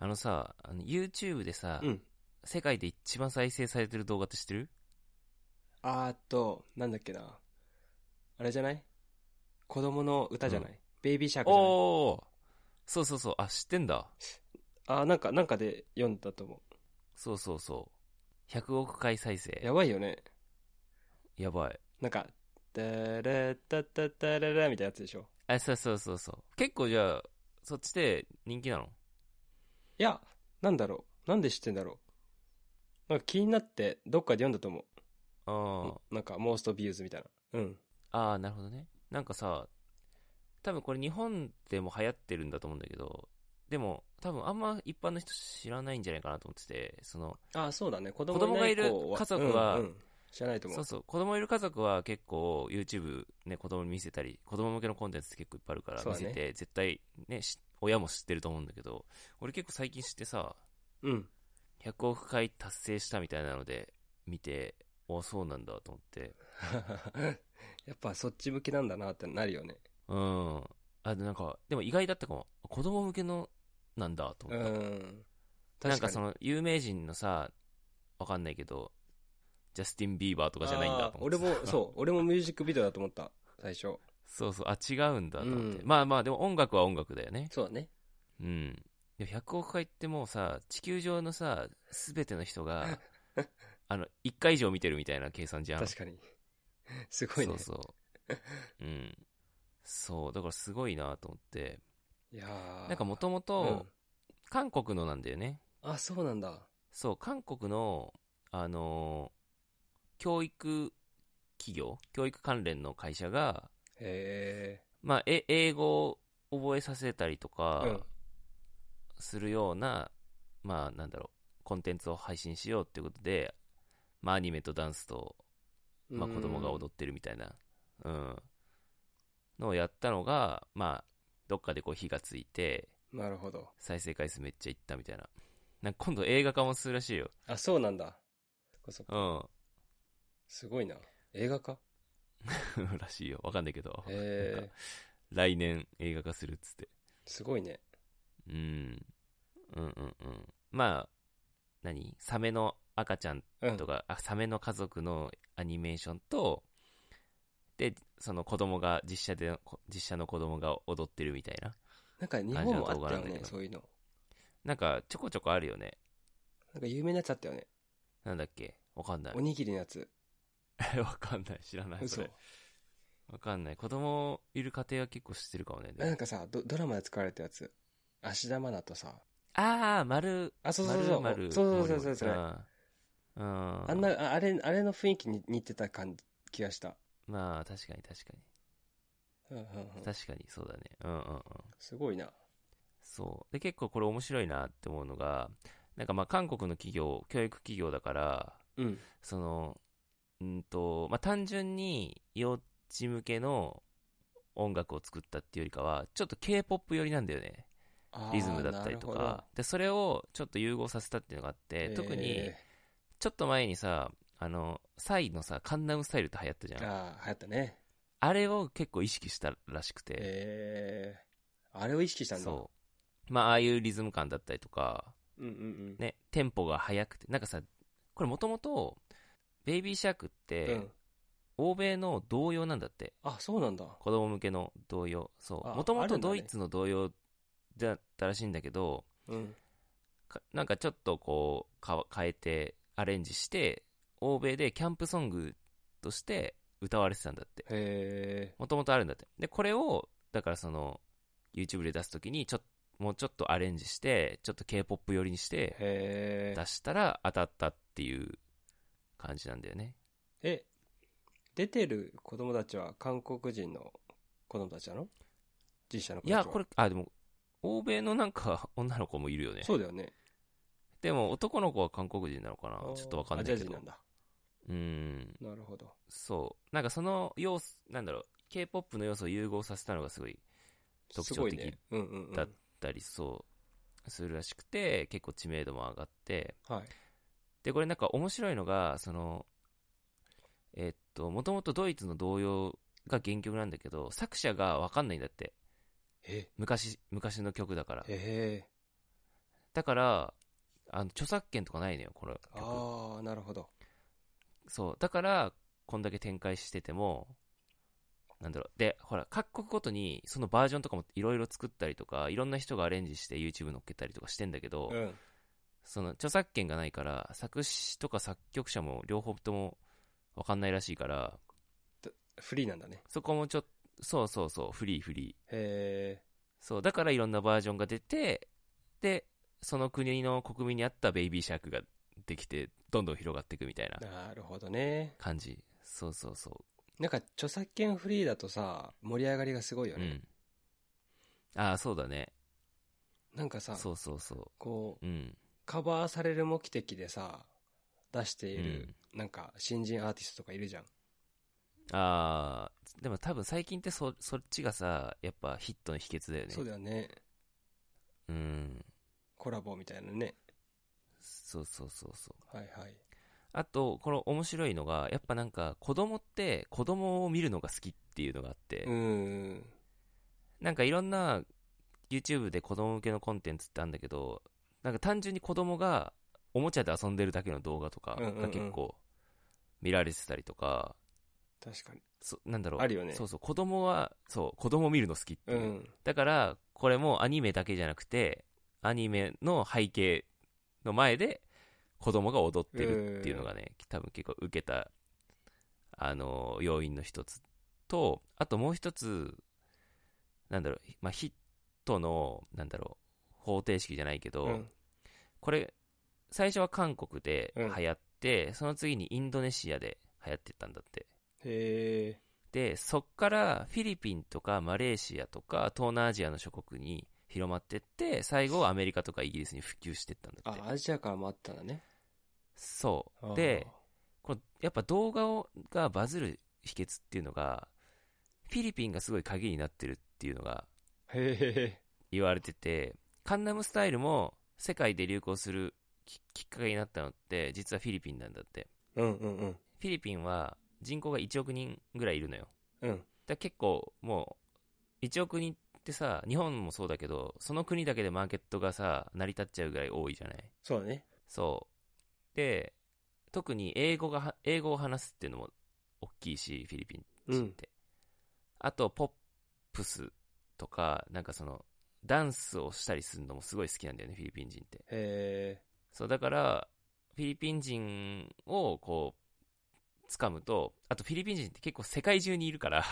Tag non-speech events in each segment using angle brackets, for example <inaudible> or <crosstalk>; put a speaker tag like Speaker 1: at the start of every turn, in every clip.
Speaker 1: のさ、あの YouTube でさ、
Speaker 2: うん。
Speaker 1: 世界で一番再生されてる動画って知ってる
Speaker 2: あーっと、なんだっけな。あれじゃない子供の歌じゃない、ベイビーシャークじゃない
Speaker 1: おーそうそうそう、あ、知ってんだ。
Speaker 2: あー、なんか、なんかで読んだと思
Speaker 1: そうそうそう。100億回再
Speaker 2: う。
Speaker 1: 生。
Speaker 2: やばいよね。
Speaker 1: やばい。
Speaker 2: なんか、ダラタタタララみたいなやつでしょ。
Speaker 1: あ、そうそうそうそう。結構じゃあ、そっちで人気なの
Speaker 2: いや、なんだろう。なんで知ってんだろう。なんか気になって、どっかで読んだと思
Speaker 1: あ
Speaker 2: う。なんか、モーストビューズみたいな。うん。
Speaker 1: あ、ああ、なるほどね。なんかさ、多分これ日本でも流行ってるんだと思うんだけど、でも多分あんま一般の人知らないんじゃないかなと思ってて、その、
Speaker 2: あー、そうだね。子
Speaker 1: 供いない子は子供がいる家族は
Speaker 2: うんうん知らないと思。
Speaker 1: そううそう、子供いる家族は結構 YouTube ね、子供に見せたり、子供向けのコンテンツ結構いっぱいあるから
Speaker 2: そう
Speaker 1: 見
Speaker 2: だね
Speaker 1: せて、絶対ね、し親も知ってると思うんだけど、俺結構最近知ってさ、
Speaker 2: うん。 <laughs>
Speaker 1: 100億回達成したみたいなので見て、おそうなんだと思って。
Speaker 2: やっぱそっち向きなんだなってなるよね。
Speaker 1: うん。あ、でなんか、でも意外だったかも。子供向けのなんだと
Speaker 2: う
Speaker 1: 思った。
Speaker 2: ん。
Speaker 1: なん
Speaker 2: 確
Speaker 1: か
Speaker 2: か
Speaker 1: そ
Speaker 2: に。
Speaker 1: の、有名人のさ、わかんないけど、ジャスティン・ビーバーとかじゃないんだ
Speaker 2: あ
Speaker 1: と
Speaker 2: ー
Speaker 1: 思って
Speaker 2: 俺
Speaker 1: さ。 <laughs>
Speaker 2: も、そう。俺もミュージックビデオだと思った。最初。
Speaker 1: そうそう、あ、違うんだと思って。
Speaker 2: うん
Speaker 1: まあまあ、でも音楽は音楽だよね。
Speaker 2: そうだね。
Speaker 1: うん。でも100億回ってもうさ、地球上のさ、すべての人
Speaker 2: <laughs>
Speaker 1: が、あの、1回以上見てるみたいな計算じゃん。
Speaker 2: 確かに。 <laughs> すごいね。
Speaker 1: そうそう。うん。そう、だからすごいなと思って。
Speaker 2: いやー
Speaker 1: なんかもともと、韓国のなんだよね。
Speaker 2: うんあ、そうなんだ。
Speaker 1: そう、韓国の、あのー教育企業教育関連の会社が、
Speaker 2: へ
Speaker 1: まあ、え英語を覚えさせたりと
Speaker 2: え。
Speaker 1: か、
Speaker 2: うん。
Speaker 1: するような、まあなんだろう、コンテンツを配信しようっていうことで、まあアニメとダンスと、まあ子供が踊ってるみたいな、うん、のをやったのが、まあどっかでこう火がついて、
Speaker 2: うんなるほど。
Speaker 1: 再生回数めっちゃいったみたいな。なんか今度映画化もするらしいよ。
Speaker 2: あ、そうなんだ。そっかそっか
Speaker 1: う
Speaker 2: すごいな。映画化
Speaker 1: ん。 <laughs> らしいよ。わかんないけど。
Speaker 2: へ
Speaker 1: なん
Speaker 2: え
Speaker 1: か。来年映画化するっつって。
Speaker 2: すごいね。
Speaker 1: うん。うんうんうん。まあ、何サメの赤ちゃん
Speaker 2: うん
Speaker 1: と。か、あサメの家族のアニメーションと、で、その子供が、実写で、こ実写の子供が踊ってるみたいな。
Speaker 2: なんか日本も
Speaker 1: 感じの
Speaker 2: あったよ
Speaker 1: 動画なんだけ
Speaker 2: ね、
Speaker 1: ど
Speaker 2: そういうの。
Speaker 1: なんか、ちょこちょこあるよね。
Speaker 2: なんか有名なやつあったよね。
Speaker 1: なんだっけわかんない
Speaker 2: お。にぎりのやつ。
Speaker 1: <laughs> わかんない。知らない。そ
Speaker 2: 嘘
Speaker 1: れ。。わかんない。子供いる家庭は結構知ってるかもね。でも
Speaker 2: なんかさ、ドドラマで使われたやつ。芦田愛菜とさ。
Speaker 1: あー、丸。
Speaker 2: あ、そうそうそう。
Speaker 1: 丸々
Speaker 2: そうそうそう
Speaker 1: 森
Speaker 2: そうそ
Speaker 1: 森
Speaker 2: れ。
Speaker 1: うん。うん
Speaker 2: あんな、ああれ、あれの雰囲気に似てた感じ、気がした。
Speaker 1: まあ、確かに確かに。
Speaker 2: うんうんうん。
Speaker 1: 確かに、そうだね。うんうんうん。
Speaker 2: すごいな。
Speaker 1: そう。で、結構これ面白いなって思うのが、なんかまあ韓国の企業、教育企業だから、
Speaker 2: うん。
Speaker 1: その、うんと、まあ単純に幼稚向けの音楽を作ったっていうよりかは、ちょっと K-POP 寄りなんだよね。
Speaker 2: あー
Speaker 1: リズムだったりと
Speaker 2: なるほど
Speaker 1: か。で、それをちょっと融合させたっていうのがあって、特に、
Speaker 2: え
Speaker 1: ちょっと前にさ、あの、サイのさ、カンナムスタイルって流行ったじゃ
Speaker 2: ー
Speaker 1: ん。あ
Speaker 2: あー、流行ったね。
Speaker 1: れを結構意識したらしくて。
Speaker 2: えー、あれを意識したんだ。
Speaker 1: そう。まあ、ああいうリズム感だったりとか、
Speaker 2: うんうんうん。
Speaker 1: ね、テンポが速くて、なんかさ、これもともと、ベイビーシャークっ
Speaker 2: う
Speaker 1: て、
Speaker 2: ん。
Speaker 1: 欧米の童謡なんだって。
Speaker 2: あ、そうなんだ。
Speaker 1: 子供向けの童謡。そう。
Speaker 2: あ
Speaker 1: もとも
Speaker 2: ある
Speaker 1: と
Speaker 2: んだ
Speaker 1: ド
Speaker 2: ね
Speaker 1: イツの童謡だったらしいんだけど、
Speaker 2: うん。
Speaker 1: かなんかちょっとこうか、変えて、アレンジして、欧米でキャンプソングとして歌われてたんだって。
Speaker 2: へ
Speaker 1: もともとあるんだって。で、これを、だからその、YouTube で出すときに、ちょっもうちょっとアレンジして、ちょっと K-POP 寄りにして
Speaker 2: え。、へえ。
Speaker 1: 出したら当たったっていう感じなんだよね。
Speaker 2: え、出てる子供たちは韓国人の子供たちなの実写の子
Speaker 1: いや、
Speaker 2: たちは
Speaker 1: これ、あ、でも、欧米のなんか女の子もいるよね。
Speaker 2: そうだよね。
Speaker 1: でも男の子は韓国人なのかなちょっとわかんないけ
Speaker 2: アジア人
Speaker 1: ど。
Speaker 2: なんだ。
Speaker 1: うん。
Speaker 2: なるほど。
Speaker 1: そう。なんかその要素、なんだろう、K-POP の要素を融合させたのがすごい特
Speaker 2: す
Speaker 1: 徴
Speaker 2: ごい
Speaker 1: 的だっ
Speaker 2: ね。うんうんうん。
Speaker 1: だたりそう、するらしくて、結構知名度も上がって。
Speaker 2: はい。
Speaker 1: で、これなんか面白いのが、その、えっと、もともとドイツの童謡が原曲なんだけど、作者がわかんないんだって。
Speaker 2: え、
Speaker 1: 昔、昔の曲だから。
Speaker 2: へえ。
Speaker 1: だから、あの、著作権とかないのよ、この曲。
Speaker 2: ああ、なるほど。
Speaker 1: そう。だから、こんだけ展開してても、なんだろう。で、ほら、各国ごとに、そのバージョンとかもいろいろ作ったりとか、いろんな人がアレンジして YouTube 乗っけたりとかしてんだけど、
Speaker 2: うん。
Speaker 1: その著作権がないから作詞とか作曲者も両方とも分かんないらしいから
Speaker 2: フリーなんだね。
Speaker 1: そこもちょっとそうそうそうフリーフリー
Speaker 2: へえ。
Speaker 1: そうだからいろんなバージョンが出てでその国の国民に合ったベイビーシャークができてどんどん広がっていくみたいな
Speaker 2: なるほどね。
Speaker 1: 感じそうそうそ
Speaker 2: なんか著作権フリーだとさ、盛り上がりがすごいうよ
Speaker 1: う
Speaker 2: ね。
Speaker 1: んああそうだね
Speaker 2: なんかさ、
Speaker 1: そうそうそ
Speaker 2: こう、
Speaker 1: ううん
Speaker 2: カバーされる目的でさ、出して
Speaker 1: う
Speaker 2: いる、
Speaker 1: ん
Speaker 2: なんか新人アーティストとかいるじゃん。
Speaker 1: ああでも多分最近ってそそっちがさやっぱヒットの秘訣だよね
Speaker 2: そうだよね。
Speaker 1: うん
Speaker 2: コラボみたいなね。
Speaker 1: そうそうそうそう
Speaker 2: はいはい。
Speaker 1: あと、この面白いのが、やっぱなんか子供って子供を見るのが好きっていうのがあって、
Speaker 2: うーん。
Speaker 1: なんかいろんな YouTube で子供向けのコンテンツってあるんだけど、なんか単純に子供がおもちゃで遊んでるだけの動画とか
Speaker 2: うんうんう
Speaker 1: が
Speaker 2: ん
Speaker 1: 結構見られてたりとか、
Speaker 2: 確かに。
Speaker 1: そなんだろう。
Speaker 2: あるよね
Speaker 1: そうそう、子供は、そう、子供見るの好きっていうう。
Speaker 2: ん。
Speaker 1: だから、これもアニメだけじゃなくて、アニメの背景の前で子供が踊ってるっていうのがね、多分結構受けた、あのー要因の一つと、あともう一つ、なんだろう、まあ、ヒットの、なんだろう、方程式じゃないけど、
Speaker 2: うん。
Speaker 1: これ、最初は韓国で
Speaker 2: うん
Speaker 1: 流行って、その次にインドネシアで流行ってたんだって。
Speaker 2: へえ。
Speaker 1: でそっからフィリピンとかマレーシアとか東南アジアの諸国に広まってって最後アメリカとかイギリスに普及してったんだって
Speaker 2: あ、アジアからもあったんだね。
Speaker 1: そ
Speaker 2: あー
Speaker 1: うで、これやっぱ動画をがバズる秘訣っていうのがフィリピンがすごい鍵になってるっていうのが
Speaker 2: へ
Speaker 1: 言われててカンナムスタイルも世界で流行するききっかけになったのって実はフィリピンなんだって
Speaker 2: え。うんうんうん。
Speaker 1: フィリピンは人口が1億人ぐらいいるのよ
Speaker 2: うん。
Speaker 1: だから結構もう1億人ってさ日本もそうだけどその国だけでマーケットがさ成り立っちゃうぐらい多いじゃない
Speaker 2: そうだね。
Speaker 1: そうで特に英語がは英語を話すっていうのも大きいしフィリピン
Speaker 2: う
Speaker 1: 人っ
Speaker 2: ん。
Speaker 1: て、あとポップスとかなんかそのダンスをしたりするのもすごい好きなんだよねフィリピン人って
Speaker 2: へえ。
Speaker 1: そうだからフィリピン人をこう掴むとあとフィリピン人って結構世界中にいるから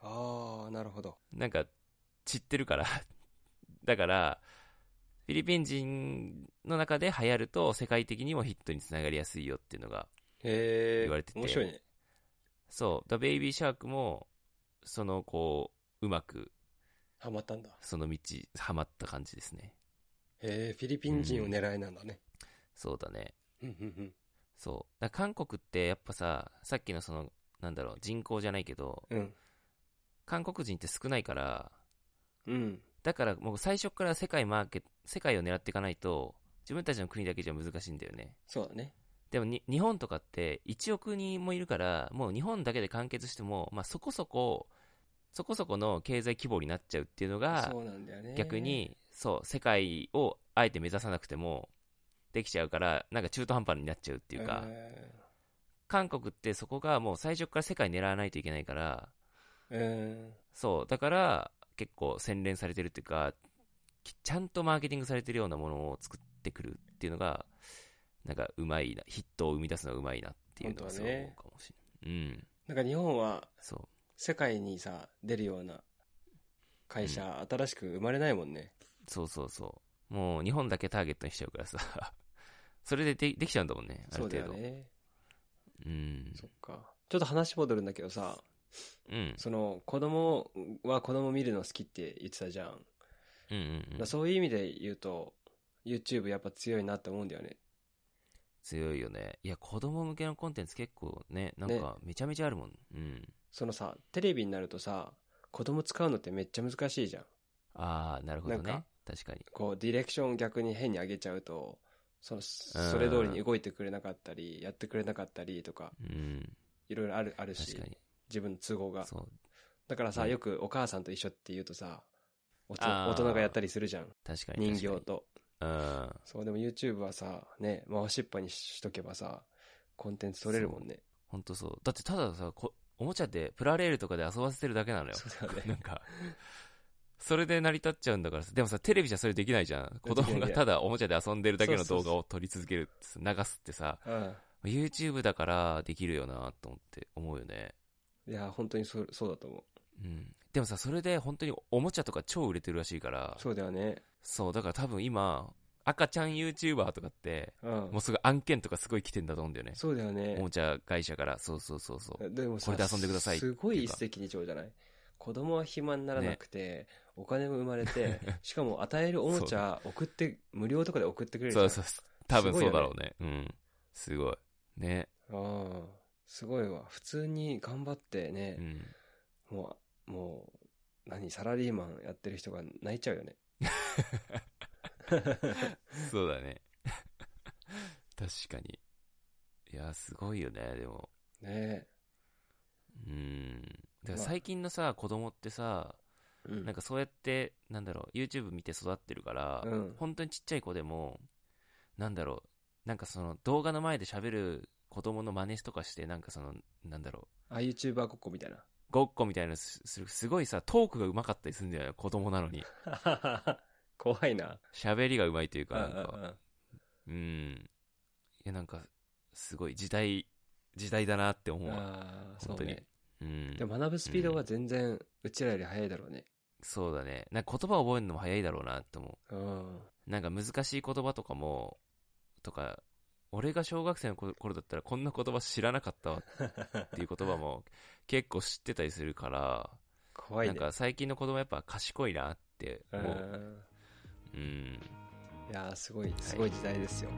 Speaker 2: ああ、なるほど。
Speaker 1: なんか散ってるから <laughs> だからフィリピン人の中で流行ると世界的にもヒットにつながりやすいよっていうのが
Speaker 2: へえ。
Speaker 1: 言われてて
Speaker 2: 面白いね。
Speaker 1: そうだベイビーシャークもそのこううまく
Speaker 2: ハマったんだ。
Speaker 1: その道ハマった感じですね
Speaker 2: へえ、フィリピン人を狙いなんだね。
Speaker 1: そうだね
Speaker 2: うんうん
Speaker 1: そうだ韓国ってやっぱささっきのそのなんだろう人口じゃないけど
Speaker 2: うん。うん。
Speaker 1: 韓国人って少ないから
Speaker 2: うん。
Speaker 1: だからもう最初から世界マーケット世界を狙っていかないと自分たちの国だけじゃ難しいんだよね
Speaker 2: そうだね。
Speaker 1: でもに日本とかって1億人もいるからもう日本だけで完結しても、まあ、そこそこそこそこの経済規模になっちゃうっていうのが
Speaker 2: そうなんだよね。
Speaker 1: 逆。にそう世界をあえて目指さなくてもできちゃうからなんか中途半端になっちゃうっていうか、韓国ってそこがもう最初から世界狙わないといけないから
Speaker 2: うん。
Speaker 1: そうだから結構洗練されてるっていうかきちゃんとマーケティングされてるようなものを作ってくるっていうのがなんかうまいなヒットを生み出すのがうまいなっていうのはそ
Speaker 2: 本当
Speaker 1: う
Speaker 2: はね
Speaker 1: 思うかもしれない、うん
Speaker 2: なんか日本は
Speaker 1: そう
Speaker 2: 世界にさ、出るような会社、新しく生まれないもんね。
Speaker 1: そうそうそうもう日本だけターゲットにしちゃうからさ <laughs> それででできちゃうんだもんねある
Speaker 2: そう
Speaker 1: 程
Speaker 2: だよ
Speaker 1: 度
Speaker 2: ね。
Speaker 1: うん
Speaker 2: そっか。ちょっと話戻るんだけどさ、
Speaker 1: うん
Speaker 2: その子供は子供見るの好きって言ってたじゃん。だか
Speaker 1: うんうんう
Speaker 2: ら
Speaker 1: ん
Speaker 2: そういう意味で言うと、YouTube やっぱ強いなって思うんだよね。
Speaker 1: 強いよねいや子供向けのコンテンツ結構ねなんかめちゃめちゃあるもん、うん
Speaker 2: そのさ、テレビになるとさ、子供使うのってめっちゃ難しいじゃん。
Speaker 1: ああなるほど
Speaker 2: なん
Speaker 1: ね
Speaker 2: か
Speaker 1: 確かに
Speaker 2: こう、ディレクションを逆に変に上げちゃうと、その、それ通りに動いてくれなかったり、やってくれなかったりとか、
Speaker 1: うん
Speaker 2: いろいろある、ある
Speaker 1: 確
Speaker 2: し
Speaker 1: か、に
Speaker 2: 自分の都合が。
Speaker 1: そう
Speaker 2: だからさ、
Speaker 1: うん
Speaker 2: よくお母さんと一緒って言うとさ、おと
Speaker 1: あー
Speaker 2: 大人がやったりするじゃん。
Speaker 1: 確かに
Speaker 2: 人形
Speaker 1: 確か
Speaker 2: と。
Speaker 1: うん。
Speaker 2: そう、でも YouTube はさ、ね、回しっぱにしとけばさ、コンテンツ取れるもんね。
Speaker 1: ほんとそう。だってたださ、こおもちゃでプラレールとかで遊ばせてるだけなのよ。
Speaker 2: そうだ
Speaker 1: <laughs> なん
Speaker 2: ね。
Speaker 1: か、それで成り立っちゃうんだからさ。でもさ、テレビじゃそれできないじゃん。子供がただおもちゃで遊んでるだけの動画を撮り続ける、流すってさ、
Speaker 2: うん。
Speaker 1: YouTube だからできるよなと思って思うよね。
Speaker 2: いや、本当にそう、そうだと思う。
Speaker 1: うん。でもさ、それで本当におもちゃとか超売れてるらしいから、
Speaker 2: そうだよね。
Speaker 1: そう、だから多分今、赤ちゃん YouTuber とかって、
Speaker 2: うん。
Speaker 1: もうすぐ案件とかすごい来てんだと思うんだよね。
Speaker 2: そうだよ
Speaker 1: お
Speaker 2: ね
Speaker 1: も。ちゃ会社から、そうそうそうそう。
Speaker 2: でも
Speaker 1: こ
Speaker 2: さ、
Speaker 1: れで遊んでくださいってい
Speaker 2: す
Speaker 1: うか
Speaker 2: ごい一石二鳥じゃない子供は暇にならなくて、お金も生ま
Speaker 1: <laughs>
Speaker 2: れて、しかも与えるおもちゃ送って、無料とかで送ってくれるじゃ
Speaker 1: そうそ
Speaker 2: ん。
Speaker 1: うそう。多分そうだろうね。うん。すごい。ね。
Speaker 2: ああ、すごいわ。普通に頑張ってね
Speaker 1: う、ん。
Speaker 2: もう、もう、何、サラリーマンやってる人が泣いちゃうよね。
Speaker 1: そうだね。 <laughs> 確かに。いや、すごいよね、でも。
Speaker 2: ね
Speaker 1: うん。だから
Speaker 2: まあ
Speaker 1: 最近のさ、子供ってさ、
Speaker 2: え。うん
Speaker 1: なんかそうやって、なんだろう、YouTube 見て育ってるから、
Speaker 2: うん
Speaker 1: 本当にちっちゃい子でも、なんだろう、なんかその動画の前で喋る子供の真似とかして、なんかその、なんだろ
Speaker 2: あ、YouTuber ごっこみたいな。
Speaker 1: う、ごっこみたいなのすする、すごいさ、トークが上手かったりするんだよね、子供なのに。
Speaker 2: <laughs> 怖いな。
Speaker 1: 喋りが上手いというか、なん
Speaker 2: うんう
Speaker 1: か、
Speaker 2: んうん
Speaker 1: うん。いや、なんか、すごい、時代、時代だなって思うわ。
Speaker 2: ああ、そ
Speaker 1: 本
Speaker 2: う
Speaker 1: 当に
Speaker 2: ね。
Speaker 1: うん
Speaker 2: で。も学ぶスピードは全然、うちらより早いだろうね。
Speaker 1: そうだね。なんか言葉を覚えるのも早いだろうなって思う。 <laughs>
Speaker 2: うん。
Speaker 1: なんか難しい言葉とかも、とか、俺が小学生の頃頃だったらこんな言葉知らなかったわっていう言葉
Speaker 2: <laughs>
Speaker 1: も結構知ってたりするから、
Speaker 2: 怖い
Speaker 1: な
Speaker 2: ね。
Speaker 1: んか最近の子供やっぱ賢いなって
Speaker 2: う
Speaker 1: 思う。
Speaker 2: ん。
Speaker 1: うん。
Speaker 2: いやーすごい、すごい時代ですよ。